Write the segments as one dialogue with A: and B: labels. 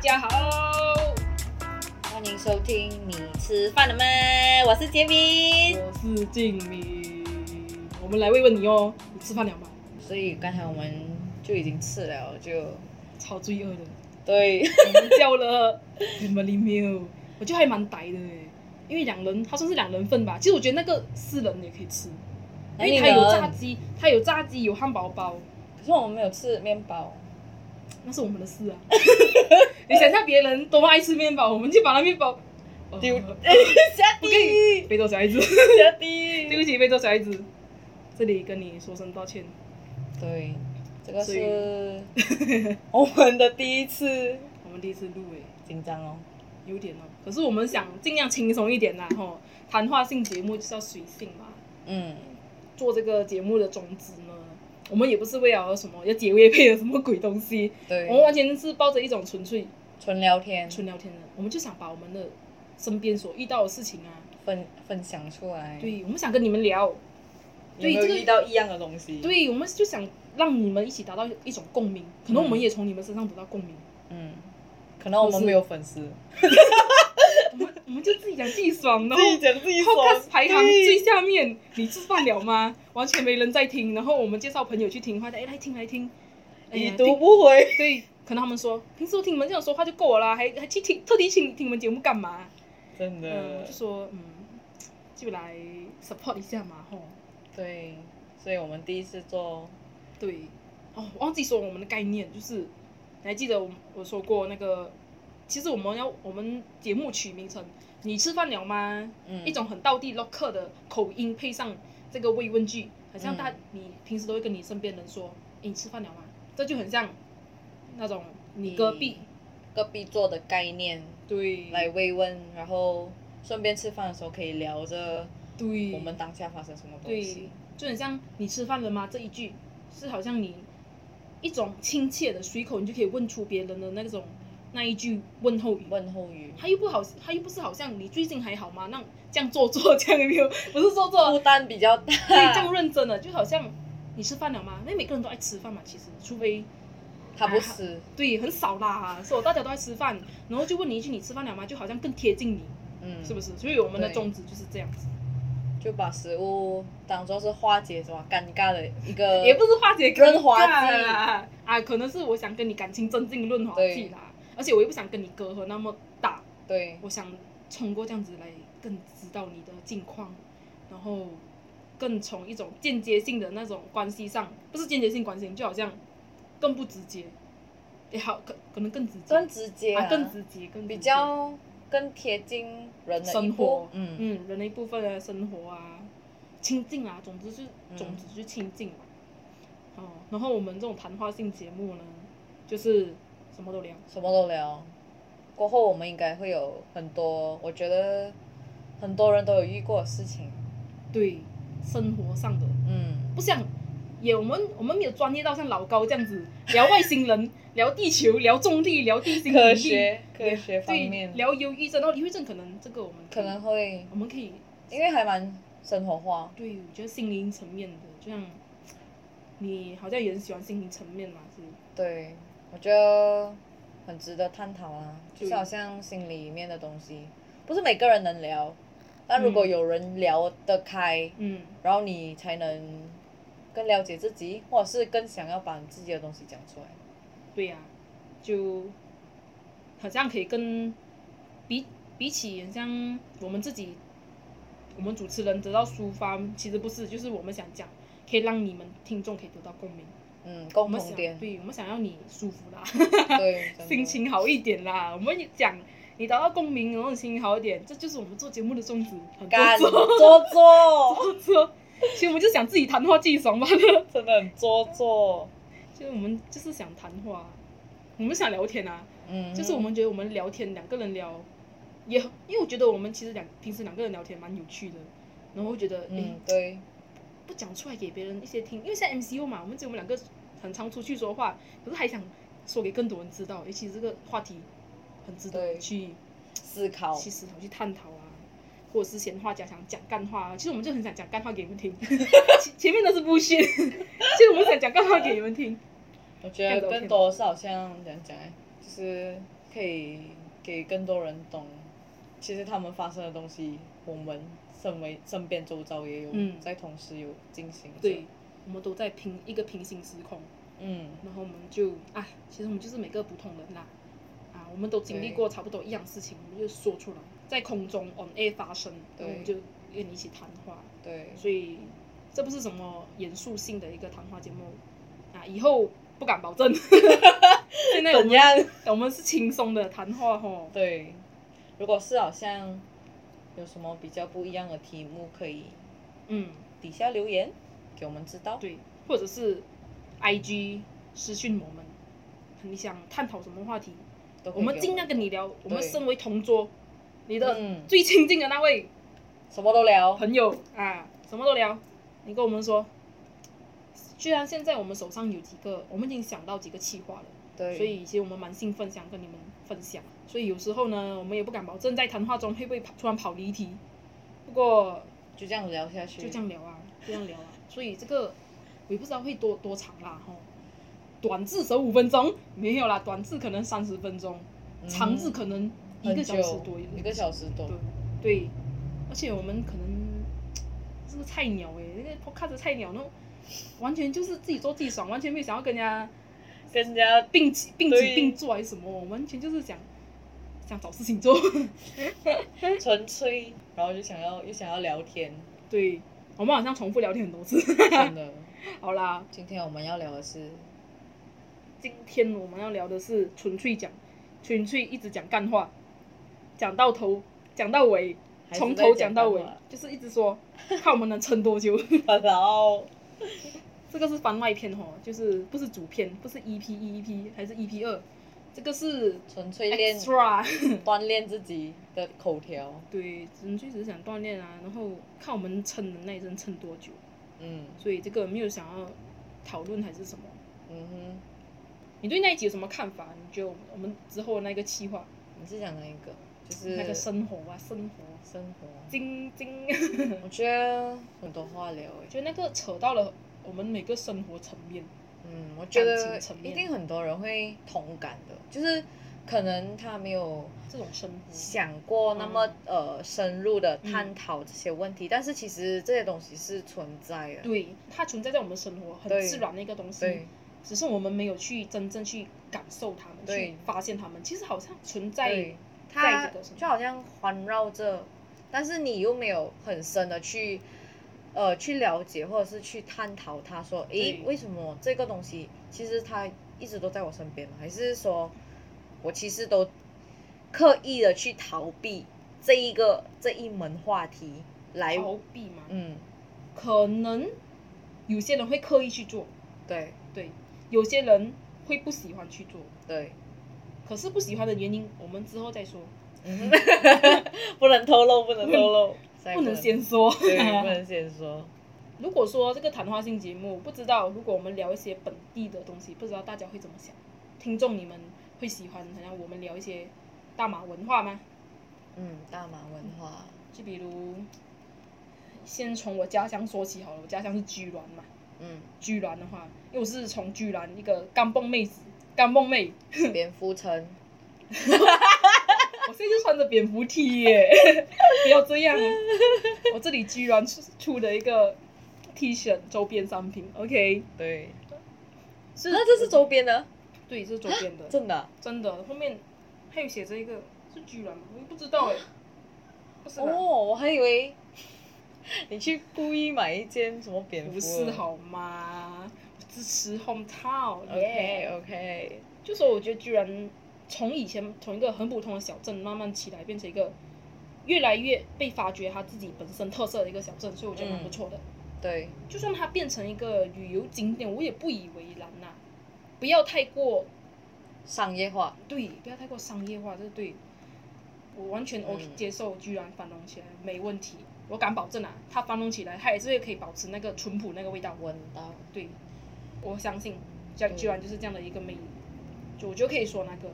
A: 家好，
B: 欢迎收听《你吃饭了吗》，我是杰明。
A: 我是静明，我们来慰问你哦，你吃饭了吗？
B: 所以刚才我们就已经吃了，就
A: 超罪恶的，
B: 对，
A: 我们叫了 family meal，我觉得还蛮白的哎，因为两人，它算是两人份吧。其实我觉得那个四人也可以吃，因为它有炸鸡，它有炸鸡，有汉堡包，
B: 可是我们没有吃面 包，
A: 那是我们的事啊。你想一下，别人多么爱吃面包，我们就把那面包呃
B: 丢下
A: 我跟你
B: 地，
A: 非洲小孩子，
B: 下
A: 对
B: 地。
A: 不起，非洲小孩子，这里跟你说声道歉。
B: 对，这个
A: 所
B: 是 我们的第一次，
A: 我们第一次录欸诶，
B: 紧张哦。
A: 有点哦。可是我们想尽量轻松一点啦，吼，谈话性节目就是要随性嘛。
B: 嗯，
A: 做这个节目的宗旨呢，我们也不是为了什么要解约配的什么鬼东西，
B: 对
A: 我，们完全是抱着一种纯粹
B: 哦纯聊天，
A: 纯聊天的，我们就想把我们的身边所遇到的事情啊，
B: 分分享出来。
A: 对，我们想跟你们聊，
B: 有没有
A: 对这个
B: 遇到一样的东西？，
A: 对，我们就想让你们一起达到一种共鸣，可能我们
B: 嗯
A: 也从你们身上得到共鸣。
B: 嗯，可能我
A: 就
B: 们
A: 是
B: 没有粉丝，
A: 我们我们就自己讲自己爽，
B: 自
A: 然后
B: 己讲自己爽
A: Podcast 排行
B: 对哎
A: 最下面，你吃饭了吗？完全没人在听。然后我们介绍朋友去听，发现哎来听来听，哎
B: 已
A: 呀
B: 读不回。
A: 听对，可能他们说平时都听你们这样说话就够了啦，还还去听特地请你听我们节目干嘛？
B: 真
A: 嗯，我
B: 的
A: 就，说嗯，就来呃 support 一下嘛吼。
B: 对，所以我们第一次做，
A: 对，哦，忘记说我们的概念就是，你还记得我我说过那个，其实我们要我们节目取名成“你吃饭了吗”，
B: 嗯，
A: 一种很道地 local 的口音配上这个慰问句，很像大、
B: 嗯
A: 你平时都会跟你身边人说：“诶你吃饭了吗？”这就很像那种
B: 你
A: 你隔壁嗯
B: 隔壁做的概念
A: 对
B: 来慰问，然后顺便吃饭的时候可以聊着
A: 对
B: 我们当下发生什么东
A: 对
B: 西。，
A: 就很像“你吃饭了吗”这一句是好像你一种亲切的随口，你就可以问出别人的那种那一句问候语。
B: 问候语，
A: 他又不好，他又不是好像你最近还好吗？那种这样做作，这样有没有？不是做作，
B: 负担比较大。
A: 对，啊这样认真的，就好像你吃饭了吗？因为每个人都爱吃饭嘛，其实除非
B: 他不吃，
A: 对很少啦，是我大家都爱吃饭，然后就问你一句你吃饭了吗？就好像更贴近你，
B: 嗯，
A: 是不是？所以我们的
B: 对
A: 宗旨就是这样子，
B: 就把食物当做是化解什么尴尬的一个，
A: 也不是化解
B: 润滑剂
A: 尴尬啦啊，可能是我想跟你感情增进润滑剂啦，而且我又不想跟你隔阂那么大，
B: 对，
A: 我想通过这样子来更知道你的近况，然后更从一种间接性的那种关系上，不是间接性关系，就好像更不直接，也好可可能更直接，
B: 更直接啊
A: 啊，更直接，更直接
B: 比较更贴近人的一
A: 生
B: 步
A: 活
B: 嗯，
A: 嗯人的一部分的生活啊，亲近啊，总之就是、
B: 嗯
A: 总之就是亲近嘛。哦，然后我们这种谈话性节目呢，就是什么都聊，
B: 什么都聊。过后我们应该会有很多，我觉得很多人都有遇过的事情，
A: 对生活上的
B: 嗯，
A: 不像也我们我们没有专业到像老高这样子聊外星人、 聊地球、聊重力、聊地心引力
B: 科学科学方
A: 对
B: 面，
A: 聊忧郁症，然后忧郁症可能这个我们
B: 可
A: 以
B: 能会
A: 我们可以
B: 因为还蛮生活化，
A: 对，我觉得心灵层面的，就像你好像也很喜欢心灵层面嘛，是
B: 对我觉得很值得探讨啊，
A: 对
B: 就是好像心里面的东西，不是每个人能聊，但如果
A: 嗯
B: 有人聊得开，
A: 嗯，
B: 然后你才能更了解自己，或者是更想要把你自己的东西讲出来。
A: 对呀、就好像可以跟比比起很像我们自己，我们主持人得到抒发，其实不是，就是我们想讲，可以让你们听众可以得到共鸣。
B: 嗯，
A: 我
B: 共
A: 们
B: 同
A: 想，
B: 点，
A: 对我们想要你舒服啦，
B: 对，真的
A: 心情好一点啦。我们也讲你达到共鸣，然后你心情好一点，这就是我们做节目的宗旨。很
B: 干
A: 做 作，
B: 做 作，
A: 做作。其实我们就想自己谈话自己爽吧，
B: 真的很做作。
A: 就是我们就是想谈话，我们想聊天啊。
B: 嗯，
A: 就是我们觉得我们聊天两个人聊，也因为我觉得我们其实两平时两个人聊天蛮有趣的，然后会觉得诶
B: 嗯对，
A: 不讲出来给别人一些听，因为现在 MCU 嘛，我们只有我们两个很常出去说话，可是还想说给更多人知道，诶，其实这个话题很值得
B: 对
A: 去
B: 思考
A: 去思考、去探讨啊，或者是闲话家常讲干话啊，其实我们就很想讲干话给你们听， 前前面都是不屑， 其实我们想讲干话给你们听，
B: 我觉得更多是好像怎样讲哎，就是可以给更多人懂，其实他们发生的东西，我们身为身边周遭也有，
A: 嗯
B: 在同时有进行着。
A: 对，我们都在平一个平行时空，
B: 嗯，
A: 然后我们就哎，其实我们就是每个普通人啦，啊，我们都经历
B: 对
A: 过差不多一样事情，我们就说出来，在空中 on air 发生，然后我们就
B: 对
A: 跟你一起谈话，
B: 对，
A: 所以这不是什么严肃性的一个谈话节目啊，以后不敢保证。 现在我
B: 怎
A: 们
B: 样？
A: 我们是轻松的谈话吼，
B: 对，如果是好像有什么比较不一样的题目，可以
A: 嗯，
B: 底下留言给我们知道。
A: 对，或者是 I G 私讯我们，你想探讨什么话题，
B: 都可
A: 我
B: 以
A: 们
B: 给
A: 尽量跟你聊。我们
B: 对
A: 身为同桌，你的
B: 嗯，
A: 最亲近的那位
B: 什么都聊。
A: 朋友啊，什么都聊，你跟我们说。虽然现在我们手上有几个，我们已经想到几个企划了。
B: 对，
A: 所以其实我们蛮兴奋，想跟你们分享。所以有时候呢，我们也不敢保证在谈话中会不会跑突然跑离题，不过
B: 就这样聊下去。
A: 就这样聊啊，就这样聊啊。所以这个我也不知道会多多长啦，吼，短至十五分钟没有啦，短至可能三十分钟，
B: 嗯
A: 长至可能一
B: 很
A: 个小时
B: 久
A: 多
B: 一个小时多。
A: 对对，而且我们可能是个菜鸟诶、那个 podcast 的菜鸟，然后完全就是自己做自己爽，完全没有想要跟人家。
B: 跟人家
A: 并起并起
B: 对
A: 并做还是什么，我完全就是想想找事情做。
B: 纯粹，然后就想要又想要聊天，
A: 对，我们好像重复聊天很多次。
B: 真的。
A: 好啦，
B: 今天我们要聊的是，
A: 今天我们要聊的是纯粹讲，纯粹一直讲干话，讲到头，讲到尾，
B: 还是
A: 从
B: 在
A: 头讲到尾
B: 干话，
A: 就是一直说，看我们能撑多久。
B: 然后
A: 这个是番外篇哦，就是不是主篇，不是 EP 一 EP 还是 EP 二，这个是
B: 纯粹练
A: extra。
B: 锻炼自己的口条，
A: 对，纯粹只是想锻炼啊，然后看我们撑的那一阵撑多久。
B: 嗯
A: 所以这个没有想要讨论还是什么。
B: 嗯哼，
A: 你对那一集有什么看法？你觉得我们我们之后的那个计划，
B: 你是讲哪一个？就是
A: 那个生活啊，生活，
B: 生活，
A: 精 精，我
B: 我觉得很多话聊欸诶。
A: 觉得那个扯到了我们每个生活层面。
B: 嗯，我觉得
A: 感情层面
B: 一定很多人会同感的，就是可能他没有
A: 这种生活，
B: 想过那么、
A: 嗯
B: 呃深入的
A: 嗯
B: 探讨这些问题，但是其实这些东西是存在的。
A: 对，它存在在我们生活很
B: 对
A: 自然的一个东
B: 对
A: 西，只是我们没有去真正去感受它们，
B: 对
A: 去发现它们，其实好像存在
B: 对，，它
A: 在这个什么
B: 就好像环绕着，但是你又没有很深的去呃去了解或者是去探讨它，说
A: 对
B: 诶为什么这个东西其实它一直都在我身边嘛？还是说我其实都刻意的去逃避这一个这一门话题来
A: 逃避嘛，
B: 嗯
A: 可能有些人会刻意去做，
B: 对
A: 对，有些人会不喜欢去做，
B: 对。
A: 可是不喜欢的原因，我们之后再说，
B: 嗯哼 不能透露，不能透露，
A: 不能先说。
B: 对，不能先说。
A: 如果说这个谈话性节目，不知道如果我们聊一些本地的东西，不知道大家会怎么想？听众你们会喜欢，好像我们聊一些大马文化吗？
B: 嗯，大马文化，
A: 就比如，先从我家乡说起好了，我家乡是居銮嘛。
B: 嗯，
A: 居銮的话，因为我是从居銮一个干蹦妹子，干蹦妹，
B: 蝙蝠城，
A: 我现在就穿着蝙蝠 T 耶， 不要这样啊！我这里居然出出的一个 T 恤周边商品，OK，
B: 对，
A: 是
B: 那啊这是周边的，
A: 对，这是周边的，
B: 真的啊
A: 真的后面还有写着一个是居然吗？我也不知道哎，不是吧
B: 哦，我还以为你去故意买一件什么蝙蝠，
A: 不是。好吗？我支持 home town，
B: OK
A: 耶
B: OK，
A: 就说我觉得居然从以前从一个很普通的小镇慢慢起来，变成一个越来越被发掘它自己本身特色的一个小镇，所以我觉得蛮不错的。
B: 对，
A: 就算它变成一个旅游景点，我也不以为然呐、不要太过
B: 商业化，
A: 对，不要太过商业化，这对我完全 OK、
B: 嗯
A: 接受，居然繁荣起来没问题，我敢保证啊，它繁荣起来，它也是会可以保持那个淳朴那个味道。我
B: 闻到，
A: 对，我相信，居然居然就是这样的一个魅力，就我就可以说那个，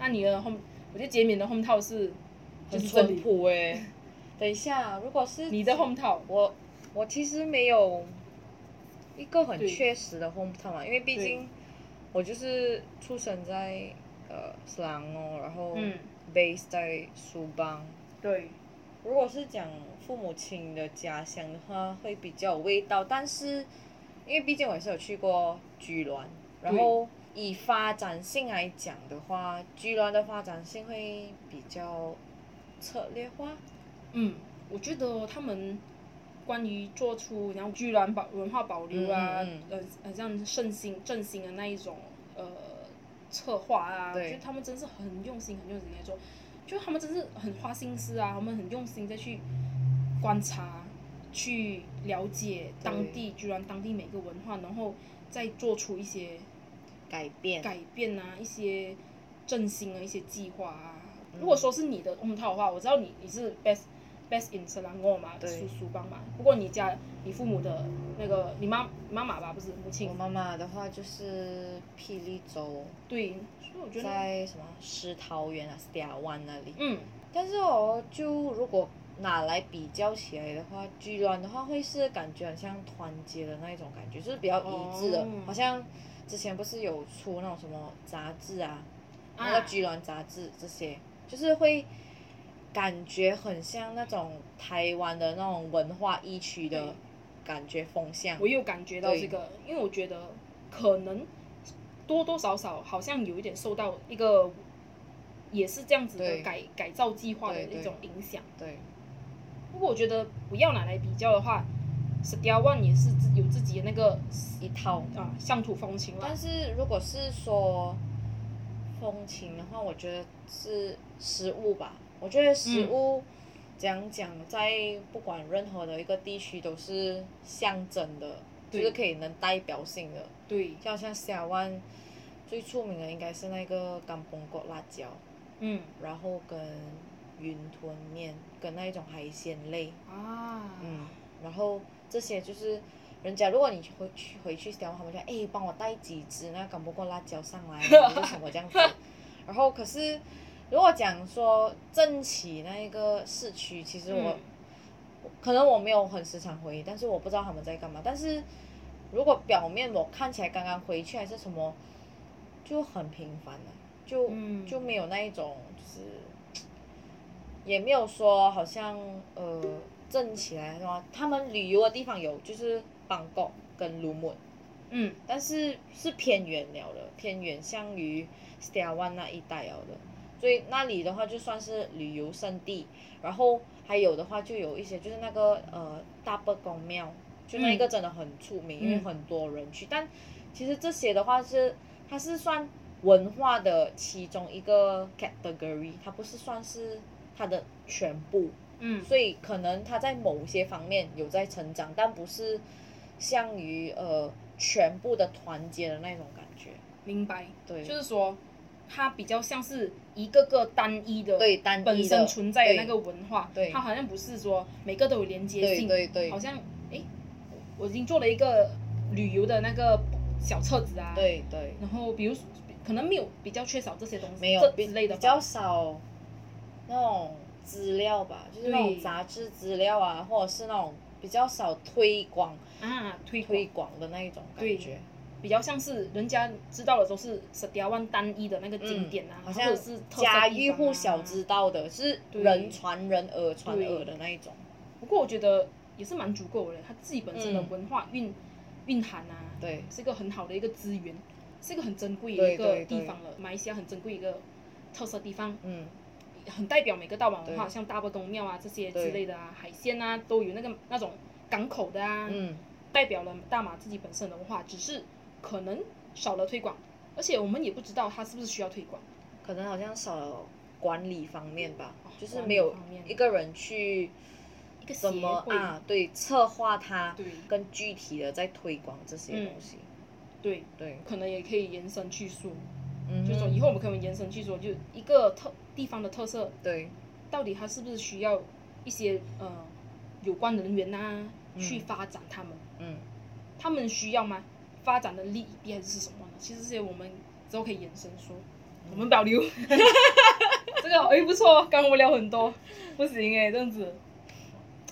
A: 那你的 home，我觉得杰敏的 home 套是就
B: 很
A: 是这
B: 淳
A: 里，
B: 朴哎。等一下，如果是
A: 你的 home 套
B: 我我其实没有一个很
A: 对
B: 确实的 hometown 啊，因为毕
A: 对
B: 竟我就是出生在呃 s l a n g 哦，然后
A: 嗯
B: base 在苏邦。
A: 对，
B: 如果是讲父母亲的家乡的话，会比较有味道，但是因为毕竟我也是有去过居銮，然后以发展性来讲的话，居銮的发展性会比较策略化。
A: 嗯，我觉得他们关于做出然后居然保文化保留啊，
B: 嗯嗯
A: 呃，很像振兴振兴的那一种呃策划啊，
B: 对
A: 就他们真是很用心，很用心在做，就他们真是很花心思啊，他们很用心在去观察。去了解当地，居然当地每个文化，然后再做出一些
B: 改变，
A: 改变啊，一些振兴的一些计划啊。如果说是你的嗯套的话，我知道你你是 best best in s e l a n g o 嘛，
B: 对
A: 叔叔帮嘛。不过你家你父母的那个你妈妈妈吧，不是母亲
B: 我，妈妈的话就是霹雳州，
A: 对，所以我觉得
B: 在什么石桃园啊、石嗲湾那里。
A: 嗯
B: 但是哦，就如果拿来比较起来的话，居銮的话会是感觉很像团结的那一种感觉，就是比较一致的，
A: 哦
B: 好像之前不是有出那种什么杂志啊，
A: 啊
B: 那个居銮杂志这些，就是会感觉很像那种台湾的那种文化一区
A: 对
B: 的感觉风向
A: 我。有感觉到
B: 对
A: 这个，因为我觉得可能多多少少好像有一点受到一个也是这样子的
B: 对
A: 改改造计划的
B: 对对
A: 一种影响。
B: 对，
A: 不过我觉得不要拿来比较的话 s t e a One 也是自有自己的那个
B: 一套。
A: 啊乡土风情了
B: 但。是如果是说风情的话，我觉得是食物吧。我觉得食物讲讲在不管任何的一个地区都是象征的，就
A: 对
B: 是可以能代表性的。
A: 对，
B: 就好像峡湾最出名的应该是那个甘崩果辣椒，
A: 嗯
B: 然后跟云吞面跟那一种海鲜类，
A: 啊，
B: 嗯，然后这些就是人家，如果你回去回去台湾，他们就哎帮我带几只那干不过辣椒上来，然后就什么这样子。然后可是如果讲说正起那一个市区，其实我、
A: 嗯
B: 可能我没有很时常回，但是我不知道他们在干嘛。但是如果表面我看起来刚刚回去还是什么，就很平凡了、就、
A: 嗯
B: 就没有那一种就是。也没有说好像呃正起来的话，他们旅游的地方有就是邦贡跟卢姆，
A: 嗯
B: 但是是偏远了的，偏远向于 s t a w a n 那一带了的，所以那里的话就算是旅游胜地，然后还有的话就有一些就是那个呃大伯公庙，就那一个真的很出名，
A: 嗯
B: 因为很多人去，但其实这些的话是它是算文化的其中一个 category，它不是算是它的全部，
A: 嗯，
B: 所以可能他在某些方面有在成长，但不是像于呃全部的团结的那种感觉。
A: 明白，
B: 对，
A: 就是说它比较像是一个个单一的，
B: 对单一的
A: 本身存在的
B: 对
A: 那个文化，
B: 对
A: 它好像不是说每个都有连接
B: 对
A: 性，
B: 对对
A: 好像诶，我我已经做了一个旅游的那个小册子啊，，
B: 对对，
A: 然后比如说可能没有比较缺少这些东西，
B: 没有
A: 这
B: 比
A: 之类的吧
B: 比较少那种资料吧，就是那
A: 对
B: 种杂志资料啊，或者是那种比较少推广
A: 啊推广
B: 推广的那一种
A: 对
B: 感觉。
A: 比较像是人家知道的都是 s t e a One 单一的那个景点啊，
B: 嗯好
A: 或
B: 像
A: 者是特色地方啊
B: 家喻户晓知道的，是
A: 对
B: 人传人耳传耳的那一种。
A: 不过我觉得也是蛮足够的，它自己本身的
B: 嗯
A: 文化蕴、蕴含啊，
B: 对
A: 是一个很好的一个资源，是一个很珍贵的
B: 对
A: 一个
B: 对对
A: 地方了。马来西亚很珍贵一个特色地方，
B: 嗯，
A: 很代表每个道王文化，
B: 对
A: 像大伯公庙啊这些
B: 对
A: 之类的啊，海鲜啊都有那个那种港口的啊，
B: 嗯，
A: 代表了大马自己本身的文化，只是可能少了推广，而且我们也不知道它是不是需要推广。
B: 可能好像少了管理方面吧，
A: 哦
B: 就是没有
A: 管理方面
B: 一个人去
A: 一个协
B: 怎么
A: 会
B: 啊，对，策划它，
A: 对
B: 更具体的在推广这些东西，
A: 对，
B: 对，
A: 可能也可以延伸去说，
B: 嗯哼，
A: 嗯就是说以后我们可以延伸去说，就一个特地方的特色，
B: 对，
A: 到底它是不是需要一些呃有关人员呐、啊
B: 嗯
A: 去发展他们，
B: 嗯，
A: 他们需要吗？发展的利弊还是什么呢？其实这些我们之后可以延伸说，我们保留。这个哎不错，刚刚我们聊很多，不行哎这样子，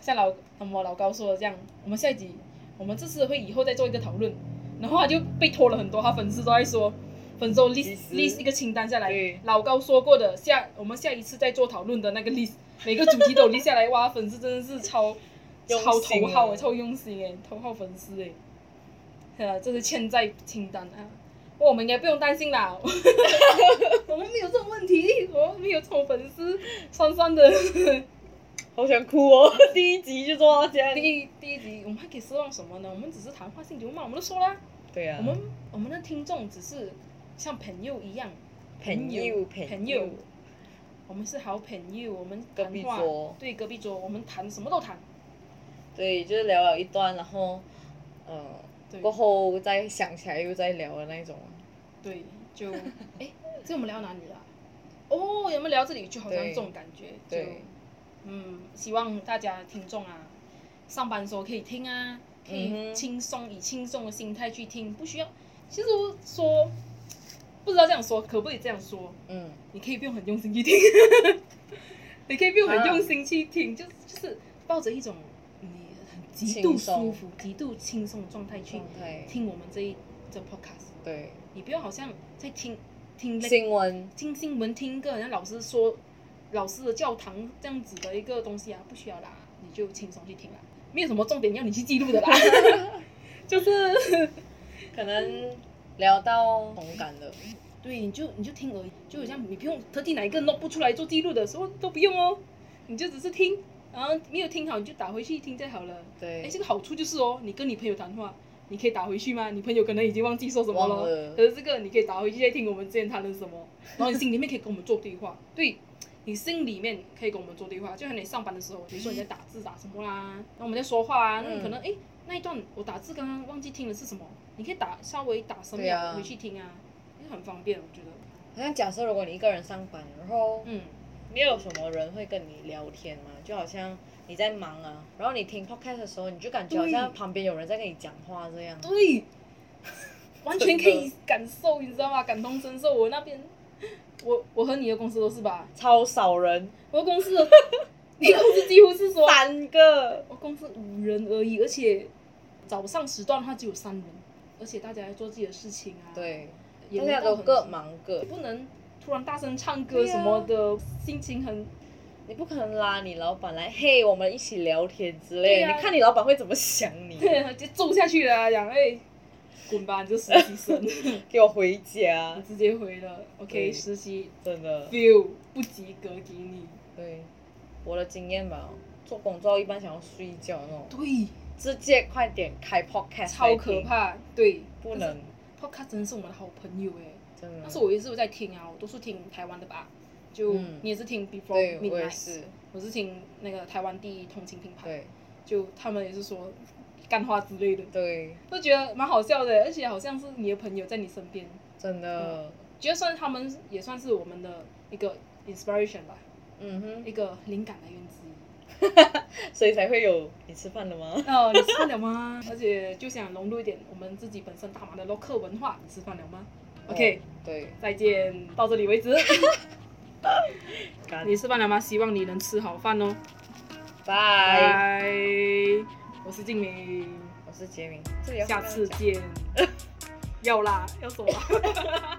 A: 像老什么老高说的这样，我们下一集我们这次会以后再做一个讨论，然后他就被拖了很多，他粉丝都在说。本周
B: 其
A: list
B: 实
A: list 一个清单下来
B: 对，
A: 老高说过的，下我们下一次再做讨论的那个 list，每个主题都 list 下来，哇，粉丝真的是超
B: 用
A: 超
B: 心
A: 头
B: 啊
A: 号诶，超用心诶，头号粉丝诶，对啊，这是欠债清单啊。哇，我们应该不用担心啦， 我们没有这种问题，我们没有这种粉丝，酸酸的。
B: 好想哭 哦！第一集就做到这样
A: 第。一第一集我们还可以奢望什么呢？我们只是谈话性节目嘛，我们都说啦，
B: 对啊，
A: 我们我们的听众只是像朋友一样，
B: 朋友
A: 朋
B: 朋
A: 友
B: 友，
A: 我们是好朋友，我们
B: 隔
A: 谈
B: 壁
A: 话
B: 桌
A: 对隔壁桌，我们谈什么都谈，
B: 对，就是聊了一段，然后，呃，
A: 对
B: 过后再想起来又再聊的那一种啊。
A: 对，就哎，这我们聊哪里了？哦，有没有聊这里？就好像
B: 对
A: 这种感觉，就
B: 对
A: 嗯，希望大家听众啊，上班的时候可以听啊，可
B: 嗯
A: 以
B: 哼
A: 轻松、以轻松的心态去听，不需要。其实我说，不知道这样说可不可以这样说？
B: 嗯，
A: 你可以不用很用心去听， 你可以不用很用
B: 嗯
A: 心去听，就是就是抱着一种你很极度
B: 轻松嗯
A: 舒服、极度轻松的状态去
B: 状态
A: 听我们这一这 podcast，
B: 对，
A: 你不要好像在听听那
B: 新 闻
A: 听新闻听一个人家老师说老师的教堂这样子的一个东西啊，不需要啦，你就轻松去听啦，没有什么重点要你去记录的 啦，就是
B: 可能聊到同感的，
A: 对，你就你就听而已，就好像你不用特地哪一个 note 不出来做记录的时候都不用哦，你就只是听，然后没有听好你就打回去听就好了。哎，
B: 对
A: 这，个好处就是哦，你跟你朋友谈话，你可以打回去吗？你朋友可能已经忘记说什么
B: 忘
A: 了
B: 了，
A: 可是这个你可以打回去再听我们之前谈了什么，然后你心里面可以跟我们做对话，对。你心里面可以跟我们做对话，就像你上班的时候，比如说你在打字打什么啦，然后我们在说话
B: 嗯
A: 啊，那你可能哎、诶那一段我打字刚刚忘记听的是什么，你可以打稍微打什么
B: 对啊
A: 回去听啊，因为很方便，我觉得。
B: 好像假设如果你一个人上班，然后
A: 嗯，
B: 没有什么人会跟你聊天嘛，就好像你在忙啊，然后你听 podcast 的时候，你就感觉好像
A: 对
B: 旁边有人在跟你讲话这样。
A: 对，完全
B: 真的
A: 可以感受，你知道吗？感同身受。我那边，我我和你的公司都是吧，
B: 超少人，
A: 我的公司 的，你的公司几乎是说，
B: 三个，
A: 我公司五人而已，而且早上时段的话只有三人，而且大家在做自己的事情啊，，
B: 对，
A: 也
B: 大
A: 没
B: 家
A: 到
B: 都
A: 很
B: 各忙各
A: 也，不能突然大声唱歌
B: 对啊
A: 什么的，心情很
B: 你不可能拉你老板来，嘿，我们一起聊天之类
A: 对
B: 的，
A: 啊
B: 你看你老板会怎么想 你？
A: 就揍下去了、啊，讲哎，滚吧，你这实 习生，
B: 给我回家
A: 我，直接回了，OK，
B: 对
A: 实习
B: 真的。
A: feel 不及格给你，
B: 对，我的经验吧，做工作一般想要睡觉那种，
A: 对，
B: 直接快点开 podcast，
A: 超
B: 来
A: 可
B: 听，
A: 怕，对，
B: 不能，嗯
A: 但是，Podcast 真的是我们的好朋友哎、
B: 真的。
A: 但是我也是有在听啊，我都是听台湾的吧，就、
B: 嗯
A: 你也是听 Before
B: 对，我
A: Midnight，
B: 也是，
A: 我是听那个台湾第一同情品牌，
B: 对
A: 就他们也是说干话之类的，
B: 对，
A: 都觉得蛮好笑的，而且好像是你的朋友在你身边，
B: 真的，
A: 觉得算他们也算是我们的一个 inspiration 吧，
B: 嗯哼，
A: 一个灵感来源之一。
B: 所以才会有你吃饭了吗？
A: 哦，你吃饭了吗？ 而且就想融入一点我们自己本身大马的 local 文化，你吃饭了吗？OK，、
B: 哦对，
A: 再见，到这里为 止。
B: 干
A: 你吃饭了吗？希望你能吃好饭哦。
B: 拜，
A: 拜，我是静明，
B: 我是杰明，这里要
A: 下
B: 跟大家
A: 次
B: 讲
A: 见。要啦，要走啦。